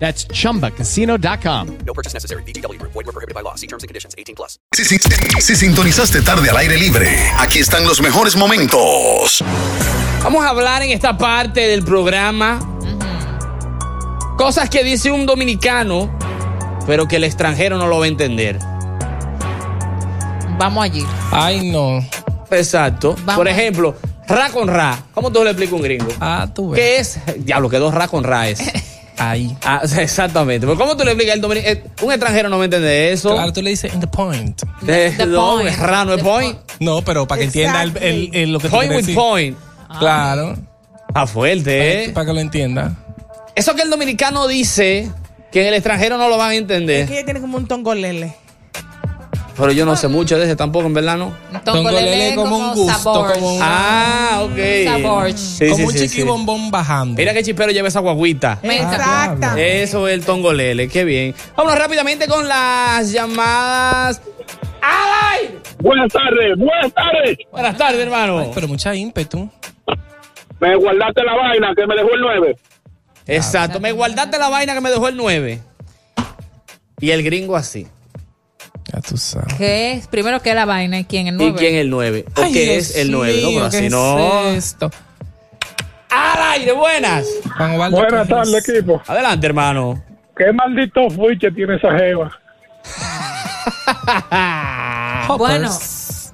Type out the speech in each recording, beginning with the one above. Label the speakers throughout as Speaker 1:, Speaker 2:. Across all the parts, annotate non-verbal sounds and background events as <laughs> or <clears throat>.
Speaker 1: That's ChumbaCasino.com.
Speaker 2: No purchase necessary. BGW. Void were prohibited by law. See terms and conditions. 18 plus.
Speaker 3: Si, si- si sintonizaste tarde al aire libre, aquí están los mejores momentos.
Speaker 4: Vamos a hablar en esta parte del programa cosas que dice un dominicano, pero que el extranjero no lo va a entender.
Speaker 5: Vamos allí.
Speaker 6: Ay, no.
Speaker 4: Exacto.
Speaker 5: Vamos.
Speaker 4: Por ejemplo, ra con ra. ¿Cómo tú le explicas a un gringo?
Speaker 6: Ah, tú ves.
Speaker 4: ¿Qué es? Diablo, que dos ra con ra es.
Speaker 6: Ahí.
Speaker 4: Ah, exactamente. Pero ¿Cómo tú le explicas al dominicano? Eh, Un extranjero no va a entender eso.
Speaker 6: Claro, tú le dices in the point.
Speaker 4: Eh,
Speaker 5: The
Speaker 4: no,
Speaker 5: point.
Speaker 4: es ra, no es
Speaker 5: The
Speaker 4: point.
Speaker 6: No, pero para que entienda el, el- el- lo que
Speaker 4: Point
Speaker 6: tú
Speaker 4: with
Speaker 6: quieres decir.
Speaker 4: point.
Speaker 6: Claro.
Speaker 4: Ah, fuerte, ¿eh?
Speaker 6: Para que lo entienda.
Speaker 4: Eso que el dominicano dice, que en el extranjero no lo van a entender.
Speaker 7: Es que ella tiene como un tongolele.
Speaker 4: Pero yo no sé mucho de ese tampoco, en verdad, ¿no?
Speaker 5: Un
Speaker 6: Tongolele
Speaker 5: tongolele
Speaker 6: como un gusto,
Speaker 5: sabor.
Speaker 6: como un-
Speaker 4: Ah, ok.
Speaker 5: Sabor.
Speaker 4: Sí,
Speaker 6: Como
Speaker 4: sí,
Speaker 6: un
Speaker 4: sí, sí.
Speaker 6: chiquibombón bajando.
Speaker 4: Mira qué chipero lleva esa guaguita.
Speaker 5: Me encanta.
Speaker 7: Exactamente.
Speaker 4: Eso es el tongolele, qué bien. Vámonos rápidamente con las llamadas. ¡Al aire!
Speaker 8: Buenas tardes, buenas tardes.
Speaker 4: Buenas tardes, hermano.
Speaker 6: Pero mucha ímpetu.
Speaker 8: Me guardaste la vaina que me dejó el 9.
Speaker 4: Exacto, me guardaste la vaina que me dejó el 9. Y el gringo así.
Speaker 6: Ya tú sabes.
Speaker 5: ¿Qué es? Primero, ¿qué es la vaina? ¿Y quién? ¿El
Speaker 4: ¿Y
Speaker 5: nueve?
Speaker 4: quién el 9? ¿O
Speaker 6: Ay,
Speaker 4: qué
Speaker 6: Dios
Speaker 4: es el 9? No,
Speaker 6: mío,
Speaker 4: pero
Speaker 6: ¿qué
Speaker 4: así
Speaker 6: es
Speaker 4: no.
Speaker 6: esto?
Speaker 4: ¡Al aire! ¡Buenas!
Speaker 6: Juan Ovaldo,
Speaker 8: Buenas
Speaker 6: ¿qué es?
Speaker 8: tardes, equipo.
Speaker 4: Adelante, hermano.
Speaker 8: Qué maldito fuiche tiene esa jeva.
Speaker 5: Ah, Bueno,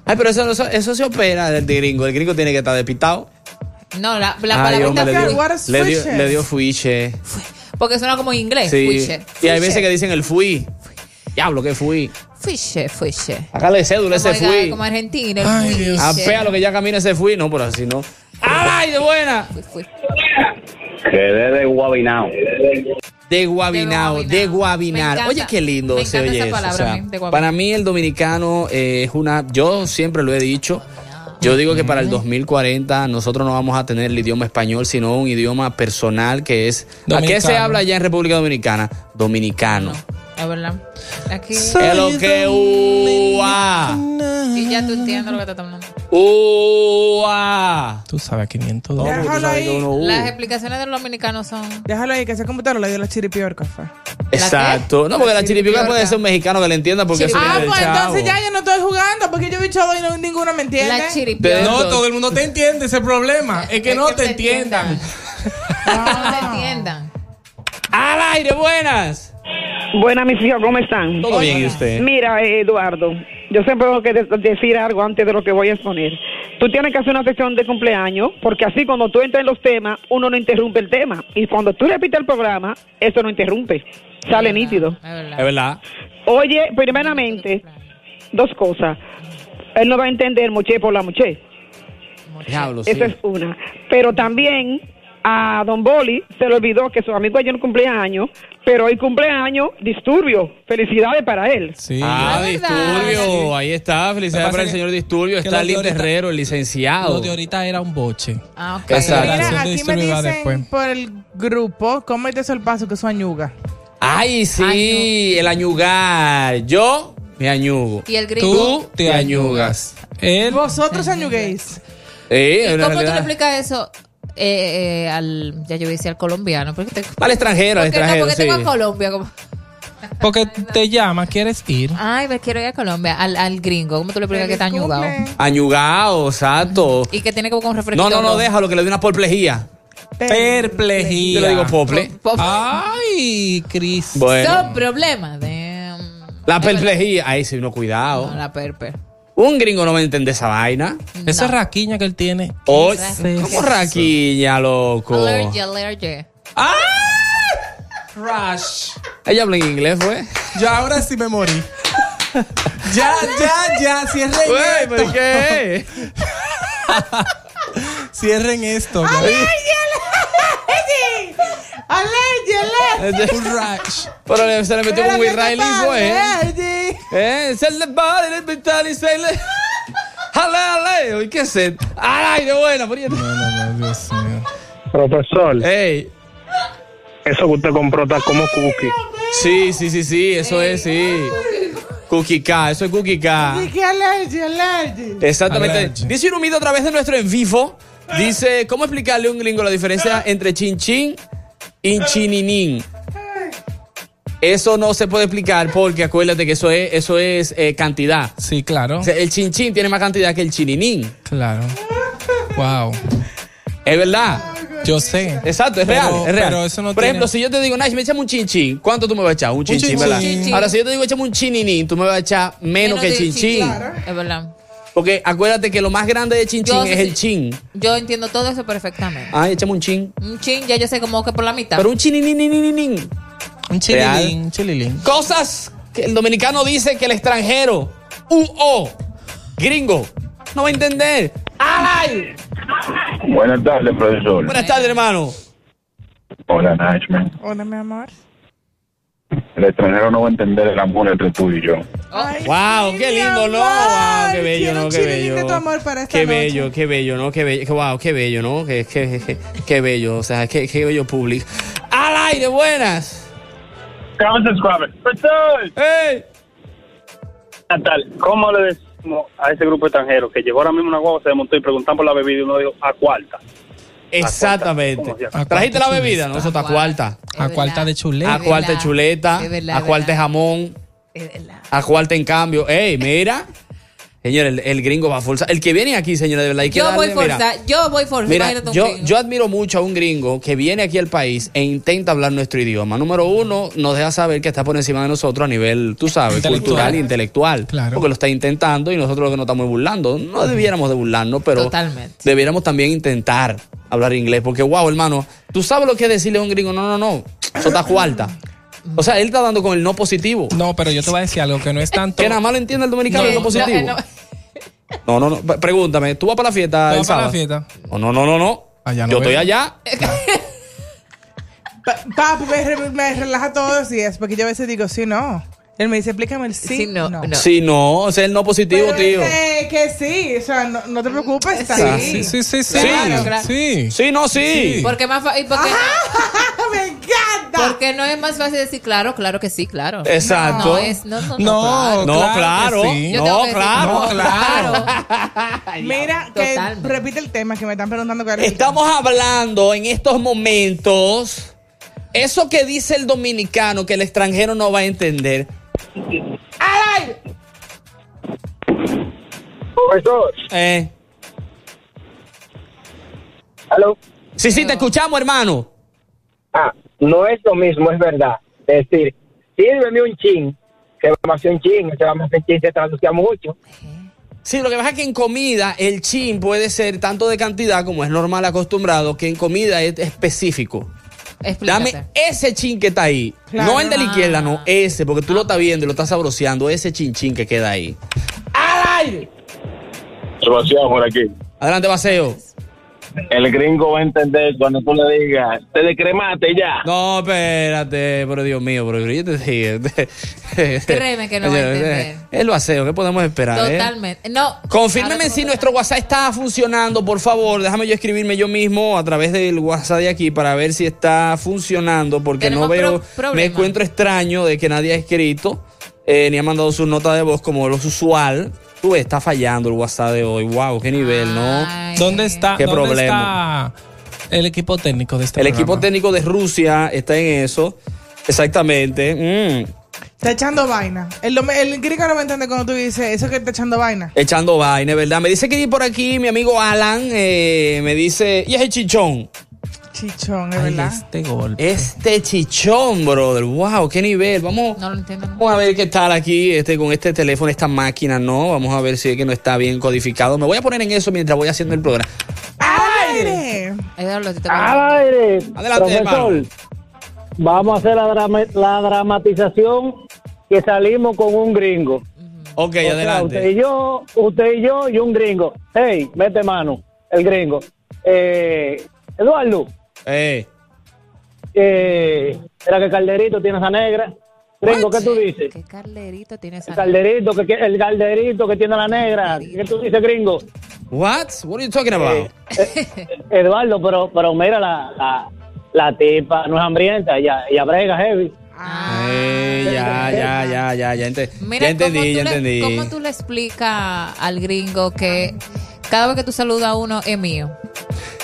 Speaker 4: Ay, pero eso, eso, eso se opera del gringo. El gringo tiene que estar despistado.
Speaker 5: no, la, la
Speaker 4: Ay,
Speaker 5: palabrita
Speaker 4: hombre, le
Speaker 5: fue-
Speaker 4: dio,
Speaker 7: What is
Speaker 4: le dio,
Speaker 7: fuiche?
Speaker 4: le dio fuiche.
Speaker 5: Porque suena como en inglés.
Speaker 4: Sí.
Speaker 5: Fuiche.
Speaker 4: Y hay
Speaker 5: Fuiche.
Speaker 4: veces que dicen el fui. Diablo, que fui.
Speaker 5: Fuiche, fuiche.
Speaker 4: Hágale cédula ese
Speaker 5: Como,
Speaker 4: fui.
Speaker 5: como argentino. el
Speaker 6: Ay, Dios.
Speaker 5: fuiche.
Speaker 4: Apea lo que ya camina ese fui. No, pero así no. ¡Ay, de buena!
Speaker 5: Fui, fui.
Speaker 8: Quedé de guabinao.
Speaker 4: De guabinao, de
Speaker 5: De guabinao.
Speaker 4: guabinao.
Speaker 5: Me
Speaker 4: Oye,
Speaker 5: encanta.
Speaker 4: qué lindo
Speaker 5: Me
Speaker 4: se
Speaker 5: encanta
Speaker 4: oye
Speaker 5: esa
Speaker 4: eso.
Speaker 5: palabra,
Speaker 4: O sea,
Speaker 5: a mí, de guabinao.
Speaker 4: para mí el dominicano eh, es una... Yo siempre lo he dicho. Yo digo que para el 2040 nosotros no vamos a tener el idioma español, sino un idioma personal que es... ¿A qué se
Speaker 6: Dominicano.
Speaker 4: habla allá en República Dominicana? Dominicano.
Speaker 5: Es verdad. Aquí.
Speaker 4: Es lo que... ua.
Speaker 5: Y ya tú entiendes lo que te está hablando.
Speaker 4: ¡Ua!
Speaker 6: Tú sabes, 500
Speaker 7: Ya.
Speaker 6: dólares.
Speaker 4: Tú
Speaker 7: Déjalo
Speaker 4: sabes que
Speaker 7: ahí.
Speaker 4: uno, uh.
Speaker 5: Las explicaciones de los dominicanos son.
Speaker 7: Déjalo ahí, que esa computadora le dio la chiripior café.
Speaker 4: Exacto. No, porque la chiripiorca
Speaker 5: chiripiorca.
Speaker 4: puede ser un mexicano que le entienda porque eso
Speaker 7: Ah,
Speaker 4: viene del
Speaker 7: pues entonces
Speaker 4: chavo.
Speaker 7: ya yo no estoy jugando porque yo he bicho y no, ninguno me entiende.
Speaker 5: La chiripiorca.
Speaker 6: No, todo el mundo te entiende ese problema.
Speaker 7: <laughs>
Speaker 6: Es que
Speaker 5: Es
Speaker 6: no
Speaker 5: que
Speaker 6: te entiendan.
Speaker 5: No te entiendan.
Speaker 4: ¡Al aire, buenas!
Speaker 9: Buenas, mis hijos, ¿cómo están?
Speaker 4: Todo bien, ¿y usted?
Speaker 9: Mira, eh, Eduardo, yo siempre tengo que de- decir algo antes de lo que voy a exponer. Tú tienes que hacer una sesión de cumpleaños, porque así cuando tú entras en los temas, uno no interrumpe el tema. Y cuando tú repites el programa, eso no interrumpe. Sale nítido.
Speaker 5: Es verdad.
Speaker 4: Es verdad.
Speaker 9: Oye, primeramente, dos cosas. Él no va a entender muché por la muché.
Speaker 4: Diablo, sí.
Speaker 9: Esa es una. Pero también a Don Boli se le olvidó que su amigo ayer no cumpleaños, pero hoy cumpleaños, disturbio. Felicidades para él.
Speaker 6: Sí.
Speaker 4: Ah,
Speaker 5: Es verdad.
Speaker 4: Disturbio, ahí está. Felicidades
Speaker 6: Lo que pasa
Speaker 4: para el
Speaker 6: es
Speaker 4: señor
Speaker 6: que-
Speaker 4: Disturbio.
Speaker 6: que
Speaker 4: Está
Speaker 6: lo de
Speaker 4: Liz
Speaker 6: ahorita-
Speaker 4: Herrero, el
Speaker 6: Lo
Speaker 4: licenciado.
Speaker 6: de ahorita era un boche.
Speaker 5: Ah, ok.
Speaker 4: Exacto.
Speaker 6: La
Speaker 7: Mira,
Speaker 6: canción de
Speaker 7: aquí me
Speaker 6: Disturbio va
Speaker 7: dicen
Speaker 6: después.
Speaker 7: por el grupo, ¿cómo es de el paso que su añuga?
Speaker 4: Ay, sí,
Speaker 5: Ay,
Speaker 4: el añugar. Yo me añugo.
Speaker 5: Y el gringo.
Speaker 6: Tú te
Speaker 4: te
Speaker 6: añugas. Él.
Speaker 7: Vosotros añuguéis.
Speaker 4: Sí,
Speaker 5: ¿Y
Speaker 4: es una
Speaker 5: ¿Cómo tú le
Speaker 4: realidad.
Speaker 5: explicas eso eh, eh, al, ya yo decía al colombiano? Porque te,
Speaker 4: Al extranjero, al
Speaker 5: porque, no,
Speaker 4: extranjero,
Speaker 5: porque
Speaker 4: sí.
Speaker 5: tengo a Colombia como,
Speaker 6: Porque te llama, quieres ir.
Speaker 7: Ah,
Speaker 5: ay, me quiero ir a Colombia, al, al gringo, ¿cómo tú le explicas que está
Speaker 7: Feliz
Speaker 5: añugado?
Speaker 7: cumple.
Speaker 4: Añugado, exacto.
Speaker 5: Y que tiene que ver con
Speaker 4: No,
Speaker 5: refresquito.
Speaker 4: no, no, déjalo, que le dé una porplejía.
Speaker 6: Perplejía.
Speaker 4: Yo le digo pople.
Speaker 5: Po- po-
Speaker 6: Ay, Cris.
Speaker 4: Ah, Bueno.
Speaker 5: Son problemas de...
Speaker 4: La perplejía. Ahí sí, no, cuidado.
Speaker 5: la perper.
Speaker 4: Un gringo no va a entender esa vaina.
Speaker 6: Esa raquiña que él tiene.
Speaker 4: Oh,
Speaker 5: ¿Qué es
Speaker 4: ¿Cómo raquiña, loco?
Speaker 5: Alergia, alergia.
Speaker 4: ¡Ah!
Speaker 6: Rush.
Speaker 4: Ella habla en inglés, fue.
Speaker 6: Yo ahora sí me morí. <laughs> ya, ya, ya. Cierren
Speaker 4: Güey,
Speaker 6: esto.
Speaker 4: ¿pero qué es?
Speaker 6: Cierren esto. güey.
Speaker 7: ¡Alergia,
Speaker 6: Un rush.
Speaker 4: Pero le- se le metió un Riley, fue. ¿eh?
Speaker 7: ¡Alergia!
Speaker 4: Eh, sell the body, let me tell you, sell <laughs> the- Ale, ale, uy, ¿qué es esto? ¡Ay, qué buena! poniendo.
Speaker 6: No, no, no, Dios mío.
Speaker 8: Profesor,
Speaker 4: ¡Ey!
Speaker 8: eso que usted compró está como cookie.
Speaker 4: Sí, sí, sí, sí, eso es, sí. Cookie K, eso es Cookie K.
Speaker 7: ¡Qué alergia, alergia!
Speaker 4: Exactamente.
Speaker 6: Alergia.
Speaker 4: Dice Irumito a través de nuestro en vivo. Dice, ¿cómo explicarle a un gringo la diferencia entre chin chin y chininin? Eso no se puede explicar porque acuérdate que eso es, eso es eh, cantidad.
Speaker 6: Sí, claro.
Speaker 4: O sea, el chin chin tiene más cantidad que el chininín.
Speaker 6: Claro. Wow.
Speaker 4: Es verdad.
Speaker 6: Yo sé.
Speaker 4: Exacto, es
Speaker 6: Pero-
Speaker 4: real, es real.
Speaker 6: pero eso no
Speaker 4: Por ejemplo, si
Speaker 6: tiene-
Speaker 4: yo te digo, Nash, me echame un chinchín, ¿cuánto tú me vas a echar? Un chinchín,
Speaker 6: chinchín.
Speaker 4: ¿verdad?
Speaker 6: Chinchín.
Speaker 4: Ahora, si yo te digo, échame un chininín, tú me vas a echar menos, que el
Speaker 5: de
Speaker 4: chinchín.
Speaker 5: Es verdad.
Speaker 4: Porque acuérdate que lo más grande de chinchín
Speaker 5: Yo
Speaker 4: es
Speaker 5: sí.
Speaker 4: el chin.
Speaker 5: Yo entiendo todo eso perfectamente.
Speaker 4: Ay, échame un chin.
Speaker 5: Un chin, ya yo sé como que por la mitad.
Speaker 4: Ah. Pero un chinininininin.
Speaker 6: Un
Speaker 4: Real.
Speaker 6: chililín, un chililín.
Speaker 4: Cosas que el dominicano dice que el extranjero, UO, gringo, no va a entender. ¡Ay!
Speaker 8: Buenas tardes, profesor.
Speaker 4: Buenas tardes, hermano.
Speaker 8: Hola, Nachman.
Speaker 7: Hola, mi amor.
Speaker 8: El extranjero no va a entender el amor entre tú y yo.
Speaker 7: Ay,
Speaker 4: Wow,
Speaker 7: mi
Speaker 4: qué lindo, ¿no?
Speaker 7: amor.
Speaker 4: Wow, qué bello,
Speaker 7: Quiero
Speaker 4: ¿no?
Speaker 7: un
Speaker 4: Qué
Speaker 7: chirirín
Speaker 4: bello.
Speaker 7: de tu amor para esta
Speaker 4: qué
Speaker 7: noche.
Speaker 4: bello, qué bello, ¿no? Qué bello, qué- wow, qué bello, ¿no? Qué, qué- qué- qué bello, o sea, qué, qué bello público. ¡Al aire, buenas!
Speaker 8: Profesor,
Speaker 4: ¡Ey!
Speaker 8: Natal, ¿cómo le decimos a ese grupo extranjero que llegó ahora mismo una guagua, se desmontó y preguntan por la bebida y uno dijo, ¿a cuarta?
Speaker 4: Exactamente.
Speaker 8: ¿Cómo se
Speaker 6: llama?
Speaker 4: ¿Trajiste la
Speaker 6: ¿A cuánto
Speaker 4: bebida?
Speaker 6: chuleta?
Speaker 4: No, eso está cuarta.
Speaker 5: Es
Speaker 6: A
Speaker 5: verdad.
Speaker 6: cuarta de chuleta.
Speaker 4: A
Speaker 5: Es
Speaker 4: cuarta de
Speaker 5: verdad.
Speaker 4: chuleta,
Speaker 5: Es verdad,
Speaker 4: a
Speaker 5: es
Speaker 4: cuarta de
Speaker 5: verdad.
Speaker 4: jamón,
Speaker 5: Es verdad.
Speaker 4: a cuarta en cambio. ¡Ey, mira! Señor, el, el gringo va a forzar. El que viene aquí, señora, de verdad, hay que
Speaker 5: Yo voy
Speaker 4: darle, mira.
Speaker 5: forzar. Yo voy forzar.
Speaker 4: Mira,
Speaker 5: Imagínate un
Speaker 4: yo,
Speaker 5: gringo.
Speaker 4: yo admiro mucho a un gringo que viene aquí al país e intenta hablar nuestro idioma. Número uno, nos deja saber que está por encima de nosotros a nivel, tú sabes,
Speaker 6: Intelectual.
Speaker 4: cultural e intelectual.
Speaker 6: Claro.
Speaker 4: Porque lo está intentando y nosotros lo que nos estamos burlando. No debiéramos de burlarnos, pero
Speaker 5: Totalmente.
Speaker 4: debiéramos también intentar hablar inglés. Porque, wow, hermano, tú sabes lo que es decirle a un gringo, no, no, no, eso está cuarta. O sea, él está dando con el no positivo.
Speaker 6: No, pero yo te voy a decir algo que no es tanto.
Speaker 4: Que nada más lo entiende el dominicano
Speaker 5: No,
Speaker 4: el no
Speaker 5: no,
Speaker 4: positivo.
Speaker 5: eh, no.
Speaker 4: No, no, no. P- Pregúntame, ¿tú vas para la fiesta?
Speaker 6: ¿Tú
Speaker 4: el
Speaker 6: vas para la
Speaker 4: sábado? Oh,
Speaker 6: fiesta?
Speaker 4: No, no, no, no. no.
Speaker 6: Allá no
Speaker 4: Yo
Speaker 6: veo.
Speaker 4: estoy allá.
Speaker 7: Pa- Papi, me, re- me relaja todos los días porque yo a veces digo, sí, no. Él me dice, explícame el sí,
Speaker 5: Sí, no,
Speaker 7: no.
Speaker 5: no.
Speaker 4: Sí, no, o sea, el no positivo, tío.
Speaker 7: Pero dice que sí, o sea, no, no te preocupes, está
Speaker 5: Sí.
Speaker 7: ahí.
Speaker 6: Sí, sí, sí, sí.
Speaker 5: Claro, claro.
Speaker 6: Sí.
Speaker 4: Sí, no, sí.
Speaker 6: Sí.
Speaker 5: Porque más fa- y porque, <laughs>
Speaker 7: ¡Me encanta!
Speaker 5: porque no es más fácil decir claro, claro que sí, claro.
Speaker 4: Exacto.
Speaker 5: No es, no, no, no, claro.
Speaker 4: No, claro.
Speaker 6: que sí.
Speaker 5: Yo
Speaker 4: No,
Speaker 5: tengo que decir,
Speaker 4: claro.
Speaker 5: no, claro.
Speaker 7: Mira, que
Speaker 5: Totalmente.
Speaker 7: repite el tema que me están preguntando. que repita.
Speaker 4: Estamos hablando en estos momentos. Eso que dice el dominicano que el extranjero no va a entender.
Speaker 8: Profesor,
Speaker 4: Eh,
Speaker 8: ¿aló?
Speaker 4: sí, sí, te escuchamos, hermano.
Speaker 8: Ah, no es lo mismo, es verdad. Es decir, sírveme un chin, que vamos a hacer un chin, este que vamos a hacer un chin, se traducía mucho.
Speaker 4: Sí, lo que pasa es que en comida el chin puede ser tanto de cantidad como es normal acostumbrado, que en comida es específico.
Speaker 5: Explícate.
Speaker 4: Dame ese chin que está ahí.
Speaker 7: Claro.
Speaker 4: No el de la
Speaker 5: Ah.
Speaker 4: izquierda, no, ese, porque tú lo estás viendo y lo estás sabroseando, ese chin chin que queda ahí. ¡Al aire!
Speaker 8: Sebastián, por aquí.
Speaker 4: Adelante, Baseo.
Speaker 8: El gringo va a entender cuando tú le digas, te decremate ya.
Speaker 4: No, espérate, pero Dios mío, pero yo te dije.
Speaker 5: Créeme que no va a entender.
Speaker 4: Es lo aseo, ¿qué podemos esperar? eh?
Speaker 5: Totalmente. No.
Speaker 4: Confírmeme
Speaker 5: Ahora
Speaker 4: si
Speaker 5: tú-
Speaker 4: nuestro WhatsApp está funcionando, por favor. Déjame yo escribirme yo mismo a través del WhatsApp de aquí para ver si está funcionando, porque no
Speaker 5: Tenemos
Speaker 4: veo,
Speaker 5: pro- problema.
Speaker 4: me encuentro extraño de que nadie ha escrito eh, ni ha mandado su nota de voz como lo usual. Tú ves, está fallando el WhatsApp de hoy. Wow, qué nivel, ¿no?
Speaker 5: Ay.
Speaker 6: ¿Dónde está?
Speaker 4: Qué
Speaker 6: dónde
Speaker 4: problema.
Speaker 6: está el equipo técnico de este
Speaker 4: El equipo
Speaker 6: programa?
Speaker 4: técnico de Rusia está en eso. Exactamente. Mm.
Speaker 7: Está echando vaina. El, dom- el gringo no me entiende cuando tú dices eso que está echando vaina.
Speaker 4: Echando vaina, ¿verdad? Me dice que por aquí mi amigo Alan eh, me dice, y es el chichón.
Speaker 7: Chichón, es verdad.
Speaker 4: Este golpe. Este chichón, brother. Wow, qué nivel. Vamos, vamos a ver qué tal aquí este, con este teléfono, esta máquina, ¿no? Vamos a ver si es que no está bien codificado. Me voy a poner en eso mientras voy haciendo el programa.
Speaker 8: Ah,
Speaker 5: Al
Speaker 8: aire.
Speaker 4: Adelante,
Speaker 8: Profesor,
Speaker 4: hermano.
Speaker 8: vamos a hacer la, drama- la dramatización que salimos con un gringo.
Speaker 4: Ok,
Speaker 8: O sea,
Speaker 4: adelante.
Speaker 8: usted y yo, usted y yo y un gringo. Hey, mete mano, el gringo. Eh, Eduardo,
Speaker 4: Eh,
Speaker 8: eh, era que Calderito tiene esa negra. Gringo, ¿qué tú dices?
Speaker 5: ¿Qué calderito tiene esa?
Speaker 8: El calderito que, tie- el calderito que tiene la negra. ¿Qué tú dices, gringo?
Speaker 4: What? What are you talking
Speaker 8: Eh.
Speaker 4: about?
Speaker 8: Eduardo, pero, pero mira la, la, la tipa, no es hambrienta, ya, ya brega heavy.
Speaker 4: Eh, ya, ya, ya, ya, ya, ente-
Speaker 5: Ah. Mira,
Speaker 4: ya entendí, ya
Speaker 5: ¿cómo, tú le,
Speaker 4: entendí.
Speaker 5: ¿cómo tú le explicas al gringo que cada vez que tú saludas a uno es mío?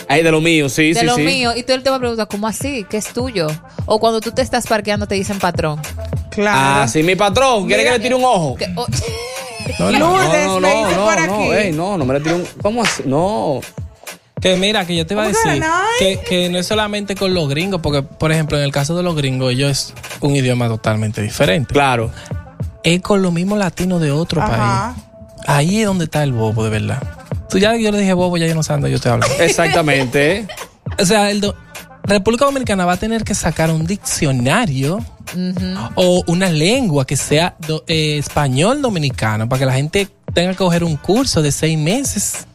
Speaker 4: Ay, de lo mío, sí,
Speaker 5: de
Speaker 4: sí,
Speaker 5: lo
Speaker 4: sí.
Speaker 5: mío. Y tú él te va a preguntar, ¿cómo así? ¿Qué es tuyo? O cuando tú te estás parqueando te dicen patrón.
Speaker 4: Ah, sí, mi patrón. ¿Quiere que le tire un ojo?
Speaker 5: Que- oh, o- <laughs>
Speaker 4: No,
Speaker 5: Lourdes,
Speaker 4: no, no,
Speaker 5: me dice
Speaker 4: no,
Speaker 5: por
Speaker 4: no,
Speaker 5: aquí.
Speaker 4: ey, no, no me le tire un. ¿Cómo así? No.
Speaker 6: Que mira, que yo te iba a
Speaker 4: ¿Cómo que
Speaker 6: decir
Speaker 4: no
Speaker 6: que, que no es solamente con los gringos, porque por ejemplo en el caso de los gringos ellos es un idioma totalmente diferente.
Speaker 4: Claro.
Speaker 6: Es con los mismos latinos de otro país. Ahí es donde está el bobo, de verdad. Tú ya yo le dije bobo, ya yo no sé dónde yo te hablo.
Speaker 4: Exactamente.
Speaker 6: o sea, el do- República Dominicana va a tener que sacar un diccionario o una lengua que sea do- eh, español dominicano para que la gente tenga que coger un curso de seis meses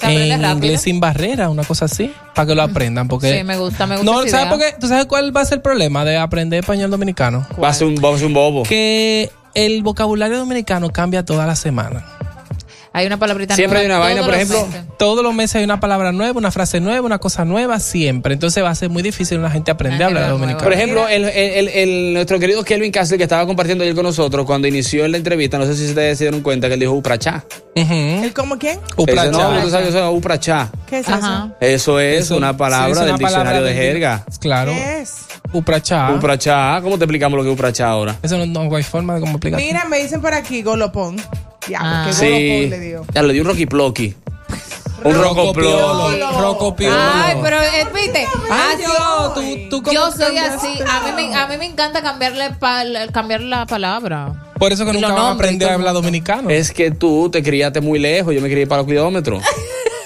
Speaker 5: Se aprende
Speaker 6: en
Speaker 5: rápido.
Speaker 6: inglés sin barrera, una cosa así, para que lo aprendan. Porque
Speaker 5: Sí, me gusta, me gusta.
Speaker 6: no,
Speaker 5: esa
Speaker 6: ¿sabes
Speaker 5: idea.
Speaker 6: por qué? ¿Tú sabes cuál va a ser el problema de aprender español dominicano?
Speaker 4: Va a ser un, va a ser un bobo.
Speaker 6: Que el vocabulario dominicano cambia toda la semana.
Speaker 5: Hay una palabrita nueva todos los meses.
Speaker 6: Todos los meses hay una palabra nueva, una frase nueva, una cosa nueva, siempre. Entonces va a ser muy difícil una gente aprender a hablar dominicano.
Speaker 4: Por ejemplo, el, el- el- el- nuestro querido Kelvin Castle que estaba compartiendo ayer con nosotros cuando inició la entrevista, no sé si ustedes se dieron cuenta que él dijo Uprachá.
Speaker 7: ¿El cómo quién?
Speaker 4: Ese nombre, tú sabes que eso es Uprachá.
Speaker 7: ¿Qué es eso?
Speaker 4: Eso es una palabra
Speaker 6: sí, es una
Speaker 4: del
Speaker 6: palabra
Speaker 4: diccionario de
Speaker 6: del-
Speaker 4: jerga. Ah.
Speaker 6: Claro.
Speaker 7: ¿Qué es?
Speaker 6: Uprachá.
Speaker 4: Uprachá. ¿Cómo te explicamos lo que es Uprachá ahora?
Speaker 6: Eso no, no hay forma de cómo explicar.
Speaker 7: Mira, me dicen por aquí golopón. Ya, ¿qué
Speaker 4: Sí.
Speaker 7: golopón le digo?
Speaker 4: Ya le di un Rocky <laughs> Plocky. Un Rocoplolo.
Speaker 6: Rocopiolo.
Speaker 5: Ay, pero eh, viste,
Speaker 6: Ay,
Speaker 5: así-
Speaker 6: yo, tú- tú cómo
Speaker 5: yo soy
Speaker 6: cambiaste.
Speaker 5: así. A mí me, a mí me encanta cambiarle pal- cambiar la palabra.
Speaker 6: Por eso que
Speaker 5: Y
Speaker 6: nunca
Speaker 5: los
Speaker 6: van a
Speaker 5: nombres,
Speaker 6: aprender a hablar dominicano.
Speaker 4: Es que tú te criaste muy lejos, yo me crié para los <laughs> kilómetros.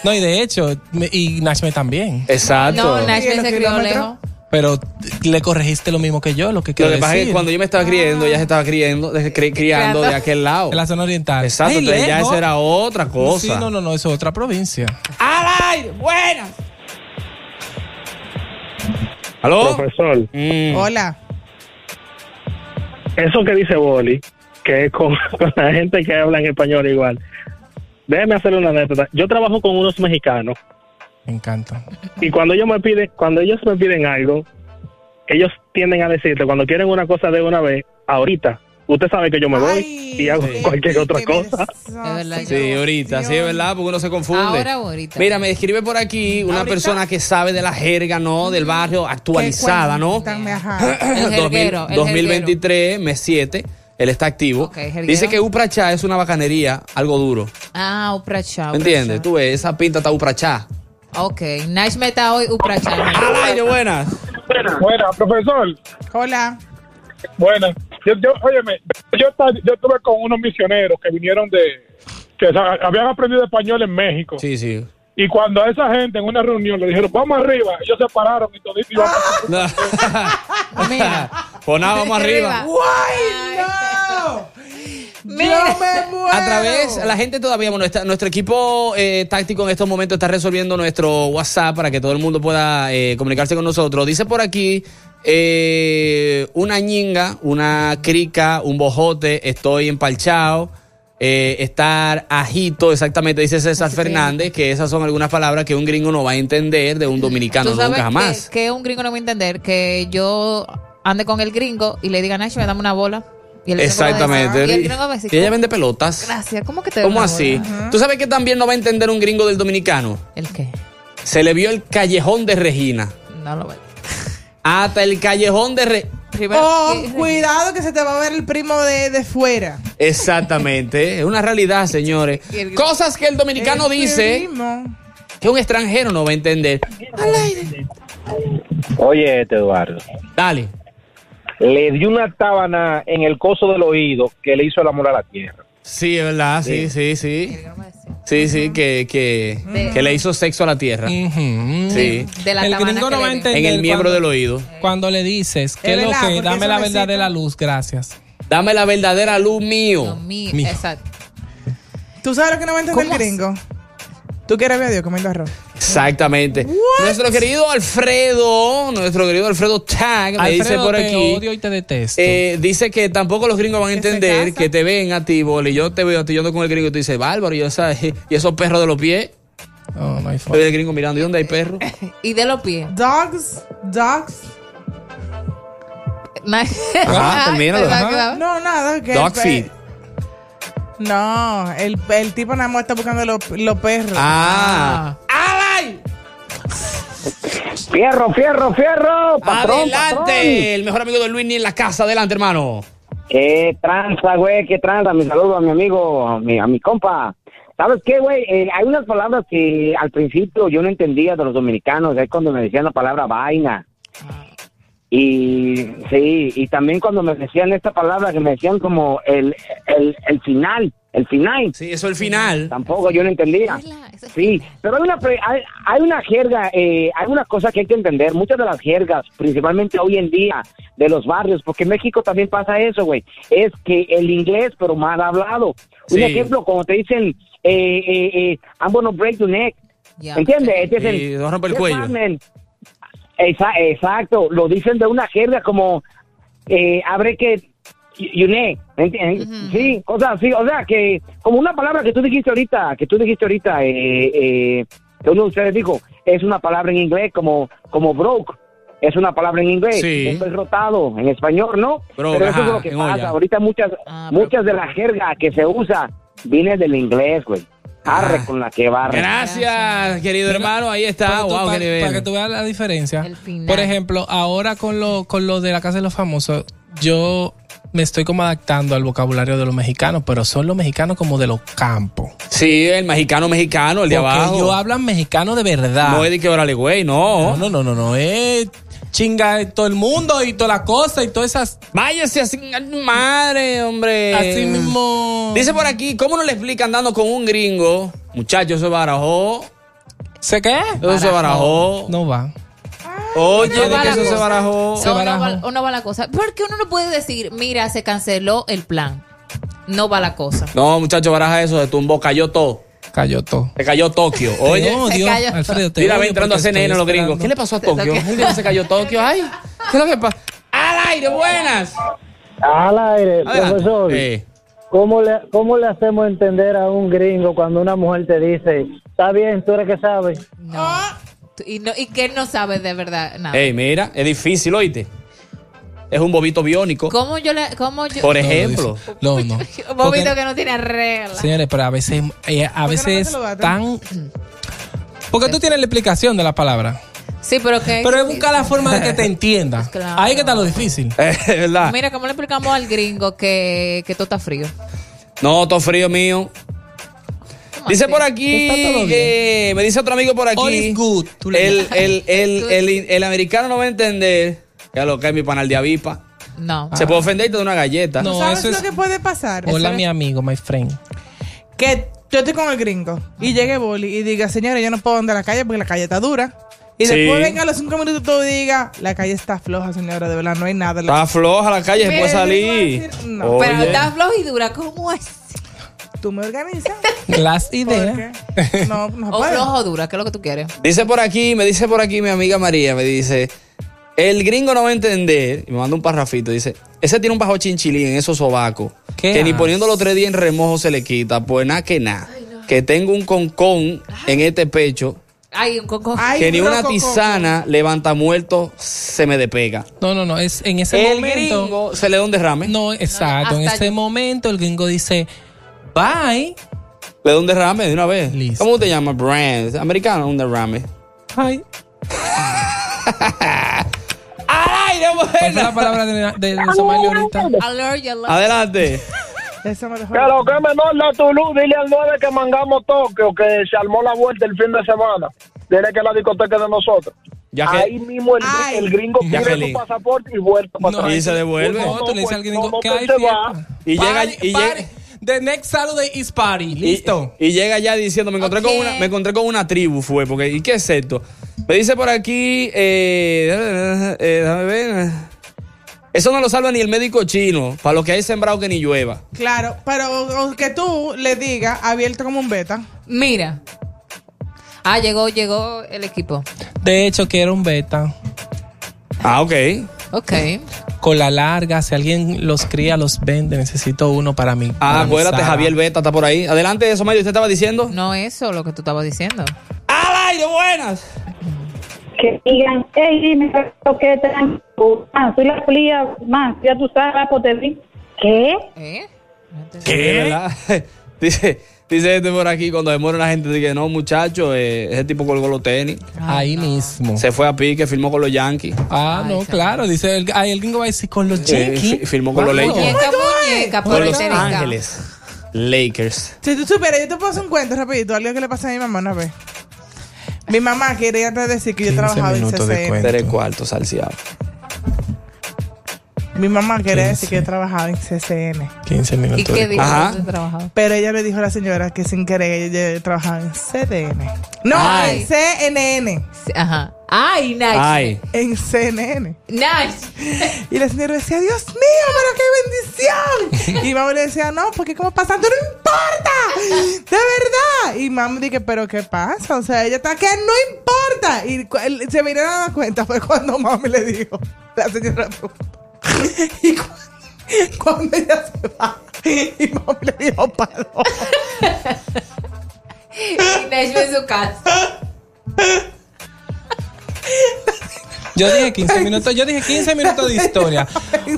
Speaker 6: No, y de hecho, me- y Nachme también.
Speaker 4: Exacto.
Speaker 5: No, Nash
Speaker 7: ¿Y en
Speaker 5: me
Speaker 7: los
Speaker 5: se crió
Speaker 7: kilómetros?
Speaker 5: lejos.
Speaker 6: Pero le corregiste lo mismo que yo, lo que
Speaker 4: Lo
Speaker 6: quiero
Speaker 4: que pasa es que
Speaker 6: decir.
Speaker 4: cuando yo me estaba criando, ella se estaba criando, de- cri- criando de aquel lado.
Speaker 6: En la zona oriental.
Speaker 4: Exacto,
Speaker 6: Ay,
Speaker 4: entonces ya
Speaker 6: lejos.
Speaker 4: eso era otra cosa.
Speaker 6: Sí, no, no, no, eso es otra provincia.
Speaker 4: ¡Al aire! ¡Buenas! ¿Aló?
Speaker 7: pues,
Speaker 10: Profesor,
Speaker 4: Mm.
Speaker 7: Hola.
Speaker 10: eso que dice Boli, que es con, <laughs> con la gente que habla en español igual. Déjeme hacerle una anécdota. Yo trabajo con unos mexicanos
Speaker 6: Me encanta.
Speaker 10: y cuando ellos me piden, cuando ellos me piden algo, ellos tienden a decirte cuando quieren una cosa de una vez, ahorita. Usted sabe que yo me voy y hago cualquier otra cosa.
Speaker 4: Sí, ahorita, sí, es verdad, porque uno se confunde.
Speaker 5: Ahora o ahorita.
Speaker 4: Mira, me escribe por aquí una persona que sabe de la jerga, ¿no? Del barrio actualizada, ¿no? <clears throat>
Speaker 7: Cuéntame, ajá.
Speaker 5: El
Speaker 4: 2000
Speaker 5: jerguero, el
Speaker 4: 2023, mes 7, él está activo.
Speaker 5: jerguero.
Speaker 4: Dice que Uprachá es una bacanería, algo duro.
Speaker 5: Ah, Uprachá.
Speaker 4: ¿Me entiendes? Tú ves, esa pinta está Uprachá.
Speaker 5: Ok, Nash me está hoy Uprachá.
Speaker 4: Al aire, buenas.
Speaker 11: Buena, profesor.
Speaker 7: Hola.
Speaker 11: Buena. Yo, yo, óyeme, yo, esta- yo estuve con unos misioneros que vinieron de. que sa- habían aprendido español en México.
Speaker 4: Sí, sí. <laughs>
Speaker 11: Y cuando a esa gente en una reunión le dijeron, vamos arriba, ellos se pararon y toditos iban a-
Speaker 5: <laughs> Mira.
Speaker 4: Pues nada, vamos arriba.
Speaker 5: Mira.
Speaker 4: A través, la gente todavía, bueno, está- nuestro equipo eh, táctico en estos momentos está resolviendo nuestro WhatsApp para que todo el mundo pueda eh, comunicarse con nosotros. Dice por aquí eh, una ñinga, una crica, un bojote, estoy empalchado. eh, estar ajito, exactamente, dice César Fernández, que esas son algunas palabras que un gringo no va a entender de un dominicano
Speaker 5: Tú sabes
Speaker 4: nunca
Speaker 5: que-
Speaker 4: jamás.
Speaker 5: Que, un gringo no va a entender que yo ande con el gringo y le diga, Nash, me dame una bola. Y el gringo va a decir-
Speaker 4: Exactamente.
Speaker 5: Y el gringo va a decir,
Speaker 4: Y ella vende pelotas.
Speaker 5: Gracias, ¿cómo que te doy
Speaker 4: ¿Cómo
Speaker 5: una
Speaker 4: así?
Speaker 5: bola?
Speaker 4: ¿Tú sabes que también no va a entender un gringo del dominicano?
Speaker 5: ¿El qué?
Speaker 4: Se le vio el callejón de Regina.
Speaker 5: No lo veo.
Speaker 4: Hasta el callejón de Re...
Speaker 7: Oh, cuidado que se te va a ver el primo de, de fuera.
Speaker 4: Exactamente. Es una realidad, señores. Cosas que el dominicano
Speaker 7: El
Speaker 4: dice
Speaker 7: primo.
Speaker 4: que un extranjero no va a entender. Al aire.
Speaker 8: Oye, este Eduardo.
Speaker 4: Dale.
Speaker 8: Le dio una tábana en el coso del oído que le hizo el amor a la tierra.
Speaker 4: Sí, es verdad, sí, sí, sí. Sí, sí, que, que, que le hizo sexo a la tierra. Sí.
Speaker 5: De la
Speaker 6: el
Speaker 5: tabana
Speaker 6: gringo
Speaker 5: que
Speaker 6: no
Speaker 5: le
Speaker 6: va a
Speaker 5: dio.
Speaker 6: entender.
Speaker 4: En el miembro
Speaker 6: cuando-
Speaker 4: del oído.
Speaker 6: Cuando le dices, ¿qué es lo
Speaker 5: verdad,
Speaker 6: que?
Speaker 5: porque
Speaker 6: Dame
Speaker 5: eso
Speaker 6: la
Speaker 5: no
Speaker 6: verdadera luz, gracias.
Speaker 4: Dame la verdadera luz mío.
Speaker 5: Mi-
Speaker 4: Mijo.
Speaker 5: Exacto. <laughs>
Speaker 7: ¿Tú sabes lo que no va a entender el gringo? ¿Tú quieres ver a Dios comiendo arroz?
Speaker 4: Exactamente. Nuestro querido Alfredo, nuestro querido Alfredo Tag, me dice
Speaker 6: Alfredo,
Speaker 4: por
Speaker 6: te
Speaker 4: aquí.
Speaker 6: odio y te detesto.
Speaker 4: Eh, dice que tampoco los gringos van a entender que te ven a ti, boli. Yo te veo a ti, yo ando con el gringo y tú dices, bárbaro, y, esa- <laughs> y esos perros de los pies.
Speaker 6: Oh, No, no hay
Speaker 4: Y el gringo mirando, ¿y dónde hay perros?
Speaker 5: Y de los pies.
Speaker 7: Dogs, dogs.
Speaker 5: <laughs>
Speaker 4: Ajá, termínalo, ajá.
Speaker 7: No, nada. Que
Speaker 4: Dog
Speaker 7: el pe-
Speaker 4: feed.
Speaker 7: No, el, el tipo nada más está buscando los los perros.
Speaker 4: Ah.
Speaker 8: Fierro, fierro, fierro. Patrón,
Speaker 4: Adelante,
Speaker 8: patrón.
Speaker 4: el mejor amigo de Luis ni en la casa. Adelante, hermano.
Speaker 8: Qué tranza, güey, qué tranza. Mi saludo a mi amigo, a mi, a mi compa. ¿Sabes qué, güey? Eh, hay unas palabras que al principio yo no entendía de los dominicanos. Es cuando me decían la palabra vaina. Y sí, y también cuando me decían esta palabra que me decían como el, el, el final, el final.
Speaker 4: Sí, eso el final.
Speaker 8: Tampoco yo no entendía. Sí, pero hay una, pre- hay, hay una jerga, eh, hay una cosa que hay que entender, muchas de las jergas, principalmente hoy en día, de los barrios, porque en México también pasa eso, güey, es que el inglés, pero mal hablado. Un
Speaker 12: Sí.
Speaker 8: ejemplo, como te dicen, eh, eh, eh, I'm gonna break your neck, ¿entiendes? Este es
Speaker 4: Sí, te va a romper el
Speaker 8: Yes,
Speaker 4: cuello.
Speaker 8: ma'am, man. Esa- exacto, lo dicen de una jerga como, eh, abre que Yune, sí, cosas así, o sea que como una palabra que tú dijiste ahorita, que tú dijiste ahorita, eh, eh, que uno de ustedes dijo, es una palabra en inglés como como broke, es una palabra en inglés,
Speaker 4: Sí.
Speaker 8: esto es rotado en español, ¿no?
Speaker 4: Broke,
Speaker 8: Pero eso
Speaker 4: ajá,
Speaker 8: es lo que
Speaker 4: en
Speaker 8: pasa,
Speaker 4: olla.
Speaker 8: ahorita muchas
Speaker 5: Ah,
Speaker 8: muchas de la jerga que se usa viene del inglés, güey. Arre con la que barre.
Speaker 4: Gracias, querido hermano. Ahí está.
Speaker 6: Para que tú-
Speaker 4: Wow,
Speaker 6: para,
Speaker 4: qué nivel.
Speaker 6: para que tú veas la diferencia. Por ejemplo, ahora con lo, con lo de la Casa de los Famosos, yo me estoy como adaptando al vocabulario de los mexicanos, pero son los mexicanos como de los campos.
Speaker 4: Sí, el mexicano mexicano, el de
Speaker 6: Porque
Speaker 4: abajo.
Speaker 6: ellos hablan mexicano de verdad.
Speaker 4: No es de ¿Oh? que órale, güey, no.
Speaker 6: No, no, no, no, es chinga eh, todo el mundo y toda la cosa y todas esas.
Speaker 4: Váyase así, madre, hombre.
Speaker 6: Así mismo.
Speaker 4: Eh, Dice por aquí, ¿cómo no le explica andando con un gringo? Muchachos, se barajó.
Speaker 6: ¿Se qué?
Speaker 4: Eso se barajó.
Speaker 6: No va.
Speaker 4: Oye,
Speaker 5: no
Speaker 4: de
Speaker 5: va
Speaker 4: que
Speaker 5: la
Speaker 4: eso se
Speaker 5: cosa.
Speaker 4: barajó.
Speaker 5: No, no va, o no va la cosa. Porque uno no puede decir, mira, se canceló el plan. No va la cosa.
Speaker 4: No, muchachos, baraja eso, se tumbó, cayó todo.
Speaker 6: Cayó todo.
Speaker 4: Se cayó Tokio. Oye,
Speaker 6: odio, Se cayó. Alfredo, te
Speaker 4: Mira,
Speaker 6: odio
Speaker 4: ve entrando a
Speaker 6: porque
Speaker 4: CNN
Speaker 6: estoy
Speaker 4: los gringos.
Speaker 6: esperando.
Speaker 4: ¿Qué le pasó a Tokio?
Speaker 6: Tokio.
Speaker 4: El día que se cayó Tokio. Ay, ¿qué es lo que pasa? ¡Al aire, buenas!
Speaker 12: Al aire,
Speaker 4: Adelante.
Speaker 12: profesor.
Speaker 4: Eh.
Speaker 12: ¿Cómo le, ¿Cómo le hacemos entender a un gringo cuando una mujer te dice, está bien, tú eres que sabes?
Speaker 5: Y, no, y que él no sabe de verdad nada.
Speaker 4: Ah. Ey, mira, es difícil, oíste. Es un bobito biónico.
Speaker 5: ¿Cómo yo le.? Cómo yo,
Speaker 4: Por ejemplo.
Speaker 7: Pues,
Speaker 6: <laughs> No,
Speaker 7: <laughs>
Speaker 6: no.
Speaker 5: <laughs> Un bobito
Speaker 6: Porque-
Speaker 5: que no tiene regla.
Speaker 6: Señores, pero a veces, eh, a veces
Speaker 5: lo batan?
Speaker 6: tan. Porque tú tienes la explicación de la palabra.
Speaker 5: Sí, pero que. eh,
Speaker 6: Pero es buscar la forma de que
Speaker 7: <laughs>
Speaker 6: te entienda.
Speaker 5: claro.
Speaker 6: Ahí que está lo difícil.
Speaker 4: <laughs> Es verdad.
Speaker 5: Mira, ¿cómo le explicamos al gringo que, que todo está frío?
Speaker 4: No, todo frío mío. Dice por aquí,
Speaker 6: Pues
Speaker 5: Está todo bien.
Speaker 4: eh, me dice otro amigo por aquí.
Speaker 6: All is good, tú le
Speaker 4: el,
Speaker 6: dices.
Speaker 4: el, el, el, el americano no va a entender. Ya lo que es mi panal de avipa.
Speaker 5: No. Ah.
Speaker 4: Se puede ofender y te da una galleta.
Speaker 6: Ah. No,
Speaker 7: ¿Sabes
Speaker 6: eso
Speaker 7: lo
Speaker 6: es-
Speaker 7: que puede pasar?
Speaker 6: Hola, mi amigo, my friend.
Speaker 7: Que yo estoy con el gringo y llegue Boli y diga, señores, yo no puedo andar a la calle porque la calle está dura. Y
Speaker 4: Sí.
Speaker 7: después venga a los cinco minutos todo y diga, la calle está floja, señora, de verdad, no hay nada.
Speaker 4: Está floja la calle, se puede
Speaker 7: Pero yo
Speaker 4: salir.
Speaker 7: no.
Speaker 5: Pero
Speaker 4: Oye.
Speaker 5: está flojo y dura. ¿Cómo es?
Speaker 7: ¿Tú me organizas?
Speaker 6: <laughs> Las ideas.
Speaker 7: No, no
Speaker 5: O
Speaker 7: puedo.
Speaker 5: flojo o dura, ¿qué es lo que tú quieres?
Speaker 4: Dice por aquí, me dice por aquí mi amiga María, me dice, el gringo no va a entender, y me manda un parrafito, dice, ese tiene un bajo chinchilín en esos sobacos,
Speaker 6: ¿Qué
Speaker 4: que ni
Speaker 6: haces?
Speaker 4: poniendo los tres días en remojo se le quita, pues nada que nada, que tengo un concón en este pecho,
Speaker 5: Ay, un coco.
Speaker 4: que ni una tisana levanta muerto se me despega.
Speaker 6: <laughs> No, no, no. Es en ese
Speaker 4: El
Speaker 6: momento.
Speaker 4: gringo se le da un derrame,
Speaker 6: No, exacto. en
Speaker 4: hasta
Speaker 6: ese momento el gringo dice, bye.
Speaker 4: le da un derrame de una vez. ¿Cómo te llama? Brand, americano, un derrame.
Speaker 6: Ay.
Speaker 4: ¡Ay, de
Speaker 6: ¿Cuál fue la palabra de,
Speaker 4: <laughs>
Speaker 6: de, de Somalia ahorita?
Speaker 5: Alert, alert.
Speaker 4: Adelante.
Speaker 7: Que
Speaker 10: lo que menor la Tulú, dile al 9 que mangamos Tokio, que se armó la vuelta el fin de semana. Dile que la discoteca es de nosotros.
Speaker 4: Ya que-
Speaker 11: Ahí mismo el, el gringo pide su
Speaker 4: Jacqueline.
Speaker 11: pasaporte y vuelve. para atrás.
Speaker 4: y se devuelve.
Speaker 11: No, no, pues, no,
Speaker 6: ¿qué
Speaker 11: no,
Speaker 6: hay,
Speaker 11: se
Speaker 6: tío?
Speaker 11: va.
Speaker 4: Y llega-
Speaker 6: Party,
Speaker 4: y llega-
Speaker 6: party. The next Saturday is party.
Speaker 4: Y-
Speaker 6: <laughs> Listo.
Speaker 4: Y, llega ya diciendo, me encontré con una, me encontré con una tribu, fue, porque, ¿y qué es esto? Me dice por aquí, eh, eh, déjame ver. Eso no lo salva ni el médico chino, para los que hay sembrado que ni llueva.
Speaker 7: Claro, pero o- o que tú le digas abierto como un beta.
Speaker 5: Mira. Ah, llegó, llegó el equipo.
Speaker 6: De hecho, que era un beta.
Speaker 4: Ah, ok.
Speaker 5: Ok.
Speaker 6: Con la larga, si alguien los cría, los vende. Necesito uno para mí.
Speaker 4: Ah, acuérdate, Javier Beta está por ahí. Adelante, eso, Mario, usted estaba diciendo.
Speaker 5: No eso, lo que tú estabas diciendo.
Speaker 4: ¡Al aire, buenas!
Speaker 13: que digan, hey, dime lo que te dan. Man, Ah, soy la plía, man, ya tú sabes, pues te di. ¿Qué?
Speaker 5: ¿Eh?
Speaker 4: ¿Qué? <laughs> dice, dice este por aquí, cuando se muere la gente, dice, no, muchacho, eh, ese tipo colgó los tenis.
Speaker 6: Ah, Ahí mismo.
Speaker 4: Se fue a pique, firmó con los Yankees.
Speaker 6: Ah, no, claro. Dice el, ay, el gringo va a decir con los
Speaker 4: Eh,
Speaker 6: Yankees.
Speaker 4: fi- firmó con los
Speaker 6: Wow.
Speaker 4: Lakers.
Speaker 5: Muñeca, muñeca,
Speaker 4: Con los
Speaker 5: puertorriqueña.
Speaker 4: Ángeles. Lakers.
Speaker 7: Si tú supieras, yo te puedo hacer un cuento rapidito, algo que le pasó a mi mamá una vez. Mi mamá quería decir que yo trabajaba en CCN.
Speaker 4: Tres cuartos salseado.
Speaker 7: Mi mamá quería decir que yo trabajaba en CCN.
Speaker 6: 15 minutos. de
Speaker 4: Ajá.
Speaker 7: Pero ella le dijo a la señora que sin querer ella ella trabajaba en CDN. No,
Speaker 5: Ay.
Speaker 7: en CNN.
Speaker 5: Ajá. Ay, nice.
Speaker 4: Ay.
Speaker 7: En CNN.
Speaker 5: Nice.
Speaker 7: Y la señora decía, Dios mío, pero qué bendición. Y mamá le decía, no, porque como pasando no importa. De verdad. Y mamá dije, pero qué pasa. O sea, ella está que no importa. Y cu- el- se vinieron a dar cuenta, fue cuando mami le dijo, la señora. <laughs> y cu- <laughs> cuando ella se va, <laughs> y mami le dijo, palo.
Speaker 5: Inés fue en su casa.
Speaker 6: Yo dije 15 minutos, yo dije 15 minutos de
Speaker 7: <laughs>
Speaker 6: historia.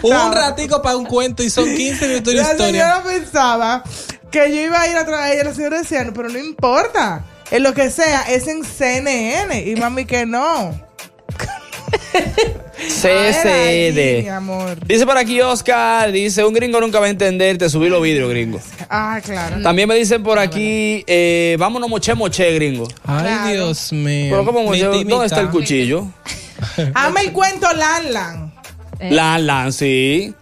Speaker 6: Un ratico para un cuento y son 15 minutos de
Speaker 7: La
Speaker 6: historia.
Speaker 7: señora pensaba que yo iba a ir a trabajar. Ella la señora decía, "No, pero no importa. eh, En lo que sea, es en CNN. Y mami que no. Ay, mi
Speaker 4: CCD.
Speaker 7: amor.
Speaker 4: Dice por aquí Oscar, dice, un gringo nunca va a entenderte, subí los vidrios, gringo.
Speaker 7: Ah, claro.
Speaker 4: También me dicen por aquí, eh, vámonos moche, moche, gringo.
Speaker 6: Ay, Dios mío.
Speaker 4: Pero ¿cómo moche?
Speaker 6: Mi timita.
Speaker 4: ¿Dónde está el cuchillo?
Speaker 7: Ama el cuento Lan Lan. Eh.
Speaker 4: Lan, lan, sí.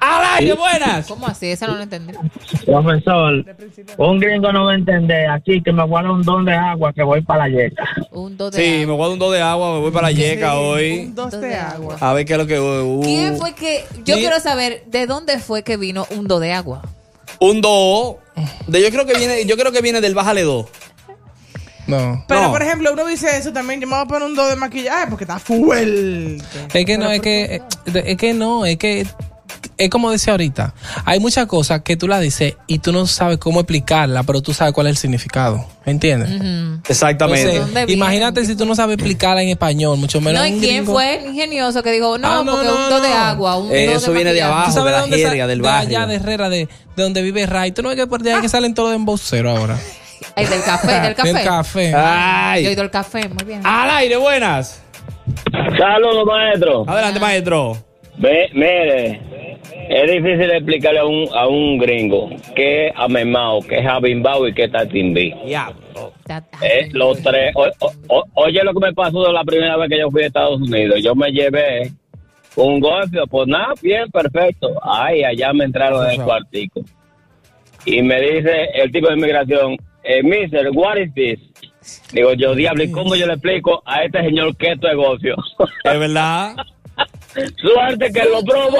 Speaker 7: aire,
Speaker 4: buenas!
Speaker 5: ¿Cómo así? Esa no la entendí.
Speaker 12: Profesor, un gringo no va a entender. Aquí que me guarda un don de agua que voy para la yeca.
Speaker 5: Un dos de
Speaker 4: Sí, me voy a dar un do de agua, me voy para la yeca hoy.
Speaker 7: dos de agua.
Speaker 4: A ver qué es lo que... uh,
Speaker 5: ¿Quién fue que.? Yo
Speaker 4: Sí.
Speaker 5: quiero saber de dónde fue que vino un do de agua.
Speaker 4: Un do. De, yo, creo que viene, yo creo que viene del bájale do.
Speaker 6: No.
Speaker 7: Pero,
Speaker 4: No.
Speaker 7: por ejemplo, uno dice eso también. Yo me voy a poner un do de maquillaje porque está fuerte.
Speaker 6: Es que no, es que, eh, es que no, es que es como decía ahorita. Hay muchas cosas que tú las dices y tú no sabes cómo explicarla, pero tú sabes cuál es el significado. ¿Entiendes?
Speaker 4: Exactamente.
Speaker 6: Entonces, imagínate si tú no sabes explicarla en español, mucho menos.
Speaker 5: No, ¿y
Speaker 6: un
Speaker 5: quién
Speaker 6: gringo.
Speaker 5: fue el ingenioso que dijo, no,
Speaker 6: Ah, no,
Speaker 5: porque
Speaker 6: no,
Speaker 5: un do de
Speaker 6: no.
Speaker 5: agua, un do de maquillaje?
Speaker 6: ¿Tú sabes
Speaker 4: Eh, de la
Speaker 6: dónde sa-
Speaker 4: jerga, del
Speaker 6: de allá
Speaker 4: barrio.
Speaker 6: de Herrera, de, de donde vive Ray. Tú no ves que por allá que salen todos de emboceros ahora.
Speaker 5: El del café, del Ah. café.
Speaker 6: Del café.
Speaker 4: Ah, Ay.
Speaker 5: Yo he ido al café, muy bien.
Speaker 4: Al aire, buenas.
Speaker 14: Saludos, maestro.
Speaker 4: Adelante, maestro.
Speaker 14: Ve, mire, es difícil explicarle a un, a un gringo que es amemao, que es abimbao y que es tatimbi. Eh, los tres. O- o- o- oye, lo que me pasó de la primera vez que yo fui a Estados Unidos. Yo me llevé un golfio, pues nada, bien, perfecto. Ay, allá me entraron en el cuartico. Y me dice el tipo de inmigración, eh, mister, what is this? Digo, yo, diablo, ¿y cómo yo le explico a este señor que esto es golfio?
Speaker 4: <laughs> Es verdad.
Speaker 14: Suerte que lo
Speaker 5: <laughs>
Speaker 14: probo.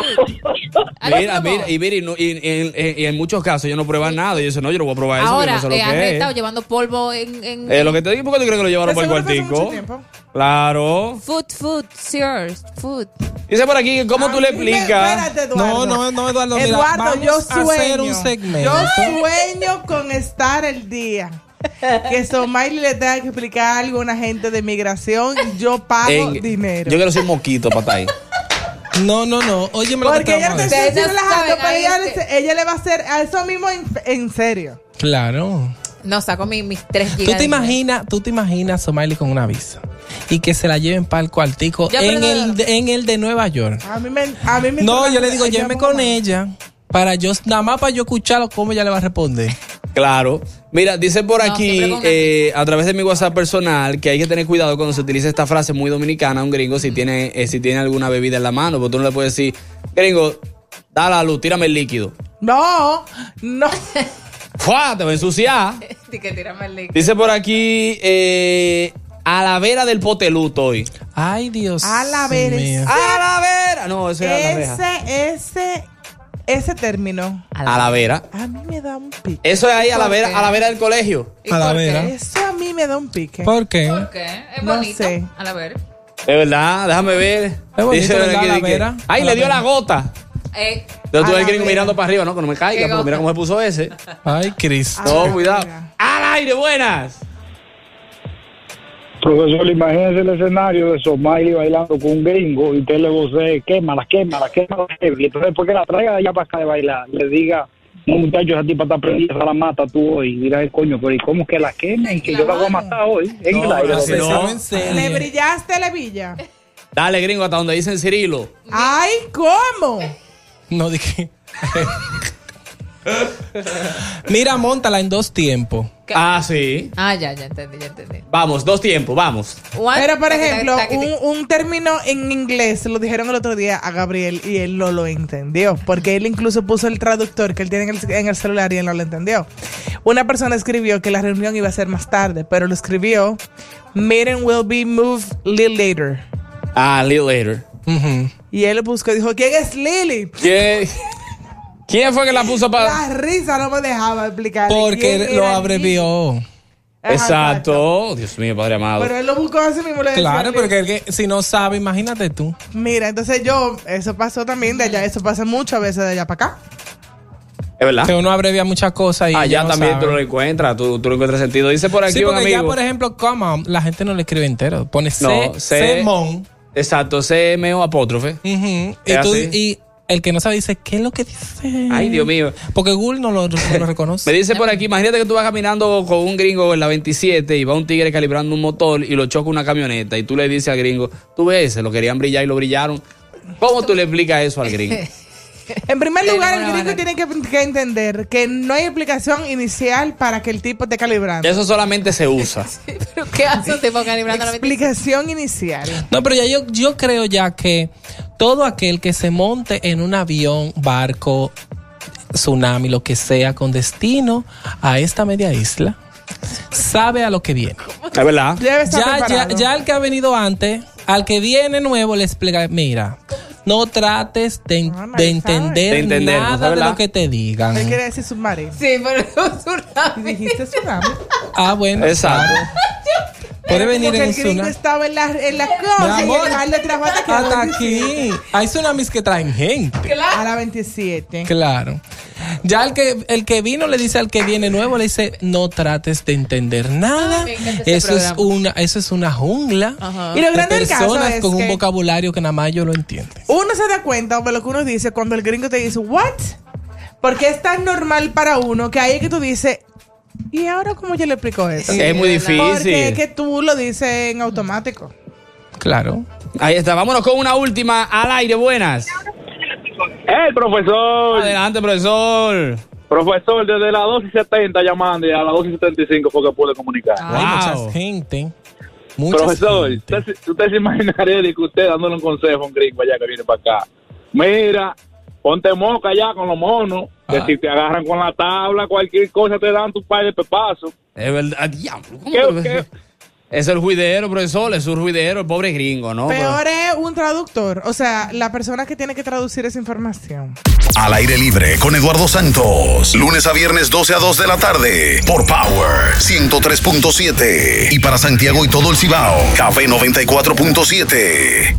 Speaker 4: Mira, mira, y mira, y, no- y- y- y- y en muchos casos ellos no prueban nada. Y dicen, no, yo no voy a probar eso,
Speaker 5: Ahora,
Speaker 4: porque
Speaker 5: eh,
Speaker 4: yo no
Speaker 5: han
Speaker 4: sé lo
Speaker 5: estado
Speaker 4: que es.
Speaker 5: llevando polvo en... en
Speaker 4: Eh, lo que te digo, ¿por qué tú crees que lo llevaron por el
Speaker 5: Seguro que hace mucho
Speaker 4: cuartico? Claro.
Speaker 5: Food, food, sirs, food.
Speaker 4: Dice por aquí, ¿cómo tú le explicas?
Speaker 6: No, no, no, Eduardo. mira,
Speaker 7: Eduardo,
Speaker 6: vamos
Speaker 7: yo
Speaker 6: a
Speaker 7: sueño.
Speaker 6: hacer un segmento.
Speaker 7: Yo sueño con estar el día. Que Somaili le tenga que explicar algo a una gente de migración. Yo pago
Speaker 4: En-
Speaker 7: dinero.
Speaker 4: Yo quiero ser moquito, patay.
Speaker 6: No, no, no. Oye, me lo que
Speaker 7: Porque
Speaker 6: te
Speaker 7: ella
Speaker 6: acabo de
Speaker 7: te está
Speaker 6: decir.
Speaker 7: relajando,
Speaker 5: saben,
Speaker 7: pero
Speaker 5: ahí
Speaker 7: ella,
Speaker 5: es
Speaker 7: le- ella le va a hacer a eso mismo en, en serio.
Speaker 6: Claro.
Speaker 5: No, saco mi- mis tres gigas.
Speaker 6: ¿Tú
Speaker 5: de
Speaker 6: te imaginas, tú te imaginas a Somaili con una visa y que se la lleven para el cuartico
Speaker 7: Ya,
Speaker 6: en
Speaker 7: pero-
Speaker 6: el, de- en el de Nueva York?
Speaker 7: A mí me. A mí me
Speaker 6: No,
Speaker 7: toca-
Speaker 6: yo le digo,
Speaker 7: ella
Speaker 6: lléveme
Speaker 7: me-
Speaker 6: con ella para yo, nada más para yo escucharlo cómo ella le va a responder.
Speaker 4: Claro. Mira, dice por aquí,
Speaker 15: siempre con
Speaker 4: eh, a través de mi WhatsApp personal, que hay que tener cuidado cuando se utiliza esta frase muy dominicana a un gringo si tiene, eh, si tiene alguna bebida en la mano, porque tú no le puedes decir, gringo, da la luz, tírame el líquido.
Speaker 7: No, no.
Speaker 4: <laughs> ¡Fua! Te va a ensuciar.
Speaker 5: <laughs> Di que tírame el link.
Speaker 4: Dice por aquí, eh, a la vera del poteluto hoy.
Speaker 6: Ay, Dios.
Speaker 7: A la vera.
Speaker 4: mío.
Speaker 7: ese-
Speaker 4: A la vera. No, ese era la reja.
Speaker 7: Ese, ese, ese término.
Speaker 4: A la vera.
Speaker 7: A mí me da un pique.
Speaker 4: Eso es ahí, a la
Speaker 7: ¿Por qué?
Speaker 4: vera, a la vera del colegio.
Speaker 7: Eso a mí me da un pique.
Speaker 6: ¿Por qué?
Speaker 7: ¿Por
Speaker 5: qué? Es
Speaker 7: bonito. No sé.
Speaker 5: A la vera.
Speaker 4: De verdad, déjame ver.
Speaker 6: bonito,
Speaker 4: Dice por
Speaker 6: ¿verdad?
Speaker 4: aquí,
Speaker 6: La
Speaker 4: di que-
Speaker 6: vera.
Speaker 4: Ay,
Speaker 6: A
Speaker 4: le
Speaker 6: la
Speaker 4: dio
Speaker 6: vera.
Speaker 4: la gota.
Speaker 5: Ey,
Speaker 4: Yo tuve
Speaker 5: Eh, a
Speaker 4: el
Speaker 5: la
Speaker 4: gringo
Speaker 5: vera.
Speaker 4: mirando para arriba, ¿no? Que no me caiga,
Speaker 5: Qué
Speaker 4: porque mira
Speaker 5: gota.
Speaker 4: cómo se puso ese.
Speaker 6: Ay, Cristo.
Speaker 4: No, cuidado. ¡Al aire, buenas!
Speaker 16: Profesor, imagínese el escenario de Somalia bailando con un gringo y usted le vocee, quémala, quémala, quémala, heavy. Entonces, ¿por qué la traiga de allá para acá de bailar? Le diga, no, muchachos, esa tipa está prendida, esa la mata tú hoy. Y dirá, "Ay, coño, pero ¿y cómo que la quemen? Que yo la voy a matar hoy. En el aire.
Speaker 4: así no.
Speaker 7: Le brillaste la villa.
Speaker 5: Eh,
Speaker 4: Dale, gringo, hasta donde dicen Cirilo.
Speaker 7: Ay, ¿cómo?
Speaker 6: No dije. Mira, montala en dos tiempos.
Speaker 4: Ah, sí.
Speaker 5: Ah, ya, ya entendí, ya entendí.
Speaker 4: Vamos, dos tiempos, vamos.
Speaker 7: Pero, por
Speaker 5: Taquita,
Speaker 7: ejemplo,
Speaker 5: taquita.
Speaker 7: un, un término en inglés lo dijeron el otro día a Gabriel y él no lo entendió, porque él incluso puso el traductor que él tiene en el, en el celular y él no lo entendió. Una persona escribió que la reunión iba a ser más tarde, pero lo escribió, meeting will be moved little later.
Speaker 4: Ah, little later.
Speaker 7: Y él lo buscó y dijo, ¿quién es Lily?
Speaker 4: ¿Quién, quién fue que la puso para...?
Speaker 7: La risa no me dejaba explicar. quién
Speaker 6: Porque
Speaker 7: era
Speaker 6: lo
Speaker 7: Lily.
Speaker 6: abrevió.
Speaker 4: Exacto. Dios mío, Padre amado.
Speaker 7: Pero él lo buscó así mismo. le decía
Speaker 6: Claro,
Speaker 7: Lily.
Speaker 6: porque el que- si no sabe, imagínate tú.
Speaker 7: Mira, entonces yo, eso pasó también de allá, eso pasa mucho a veces de allá para acá.
Speaker 4: Es verdad.
Speaker 6: Que uno abrevia muchas cosas y. ya
Speaker 4: Allá
Speaker 6: no
Speaker 4: Ah, también
Speaker 6: sabe.
Speaker 4: tú lo encuentras, tú, tú lo encuentras sentido. Dice por aquí
Speaker 6: Sí,
Speaker 4: un
Speaker 6: porque ya,
Speaker 4: amigo.
Speaker 6: por ejemplo, come on, la gente no le escribe entero. Pone C,
Speaker 4: no,
Speaker 6: C, mon.
Speaker 4: Exacto, C, M, O, apóstrofe.
Speaker 6: Ujú.
Speaker 4: Es
Speaker 6: Y, tú-
Speaker 4: así.
Speaker 6: y el que no sabe dice, ¿qué es lo que dice?
Speaker 4: Ay, Dios mío.
Speaker 6: Porque Google no lo, no lo reconoce.
Speaker 4: Me dice por aquí, imagínate que tú vas caminando con un gringo en la 27 y va un tigre calibrando un motor y lo choca una camioneta y tú le dices al gringo, tú ves, se lo querían brillar y lo brillaron. ¿Cómo tú le explicas eso al
Speaker 6: <laughs>
Speaker 4: gringo?
Speaker 7: En primer
Speaker 5: De
Speaker 7: lugar, el
Speaker 5: ninguna
Speaker 7: gringo tiene que, que entender que no hay explicación inicial para que el tipo esté calibrando.
Speaker 4: Eso solamente se usa.
Speaker 5: ¿Pero <laughs> qué hace un tipo calibrando la ventana?
Speaker 7: Explicación inicial.
Speaker 6: No, pero ya yo, yo creo ya que todo aquel que se monte en un avión, barco, tsunami, lo que sea, con destino a esta media isla, sabe a lo que viene.
Speaker 4: Es verdad.
Speaker 7: Debe estar
Speaker 6: Ya, ya,
Speaker 7: preparado.
Speaker 6: ya el que ha venido antes, al que viene nuevo, le explica, mira, no trates de,
Speaker 7: Ah,
Speaker 6: en- de entender,
Speaker 4: De entender, ¿no?
Speaker 6: nada de
Speaker 4: ¿Verdad?
Speaker 6: lo que te digan.
Speaker 7: Él quiere decir submarino.
Speaker 5: Sí, pero es un tsunami.
Speaker 7: Dijiste tsunami.
Speaker 5: <laughs>
Speaker 6: Ah, bueno.
Speaker 4: Exacto.
Speaker 6: Puede venir
Speaker 7: Porque
Speaker 6: en
Speaker 7: el gringo
Speaker 6: tsunami.
Speaker 7: estaba en la, en la cosa y
Speaker 6: amor,
Speaker 7: el mal de trabajo que
Speaker 6: Hasta aquí. Hay tsunamis que traen gente.
Speaker 7: A la 27.
Speaker 6: Claro. Ya el que, el que vino le dice al que viene nuevo, le dice, no trates de entender nada.
Speaker 7: Me encanta este
Speaker 6: Eso es,
Speaker 7: programa.
Speaker 6: una, eso es una jungla.
Speaker 7: Ajá.
Speaker 6: de
Speaker 7: Y lo grande del caso
Speaker 6: personas
Speaker 7: es
Speaker 6: con un
Speaker 7: que-
Speaker 6: vocabulario que nada más yo lo entiendo.
Speaker 7: Uno se da cuenta de lo que uno dice cuando el gringo te dice, ¿what? Porque es tan normal para uno que ahí que tú dices, ¿y ahora cómo yo le explico eso?
Speaker 4: Sí, es muy difícil.
Speaker 7: Porque es que tú lo dices en automático.
Speaker 6: Claro.
Speaker 4: Ahí está, vámonos con una última al aire, buenas.
Speaker 10: El profesor.
Speaker 4: Adelante, profesor.
Speaker 10: Profesor, desde las 12 y 70 llamando y a las 12 y 75 fue que pude comunicar.
Speaker 6: Hay mucha gente. mucha
Speaker 10: profesor, usted, se- usted se imaginaría de que usted dándole un consejo a un gringo allá que viene para acá. Mira, ponte moca allá con los monos, que si te agarran con la tabla, cualquier cosa te dan tu par de pepazos.
Speaker 4: Es verdad, diablo. ¿cómo
Speaker 10: ¿Qué-
Speaker 4: que-
Speaker 10: qué?
Speaker 4: Es el juidero, profesor, es un juidero, el pobre gringo, ¿no?
Speaker 7: Peor es un traductor, o sea, la persona que tiene que traducir esa información.
Speaker 3: Al aire libre con Eduardo Santos. Lunes a viernes 12 a 2 de la tarde por Power 103.7. Y para Santiago y todo el Cibao, Café 94.7.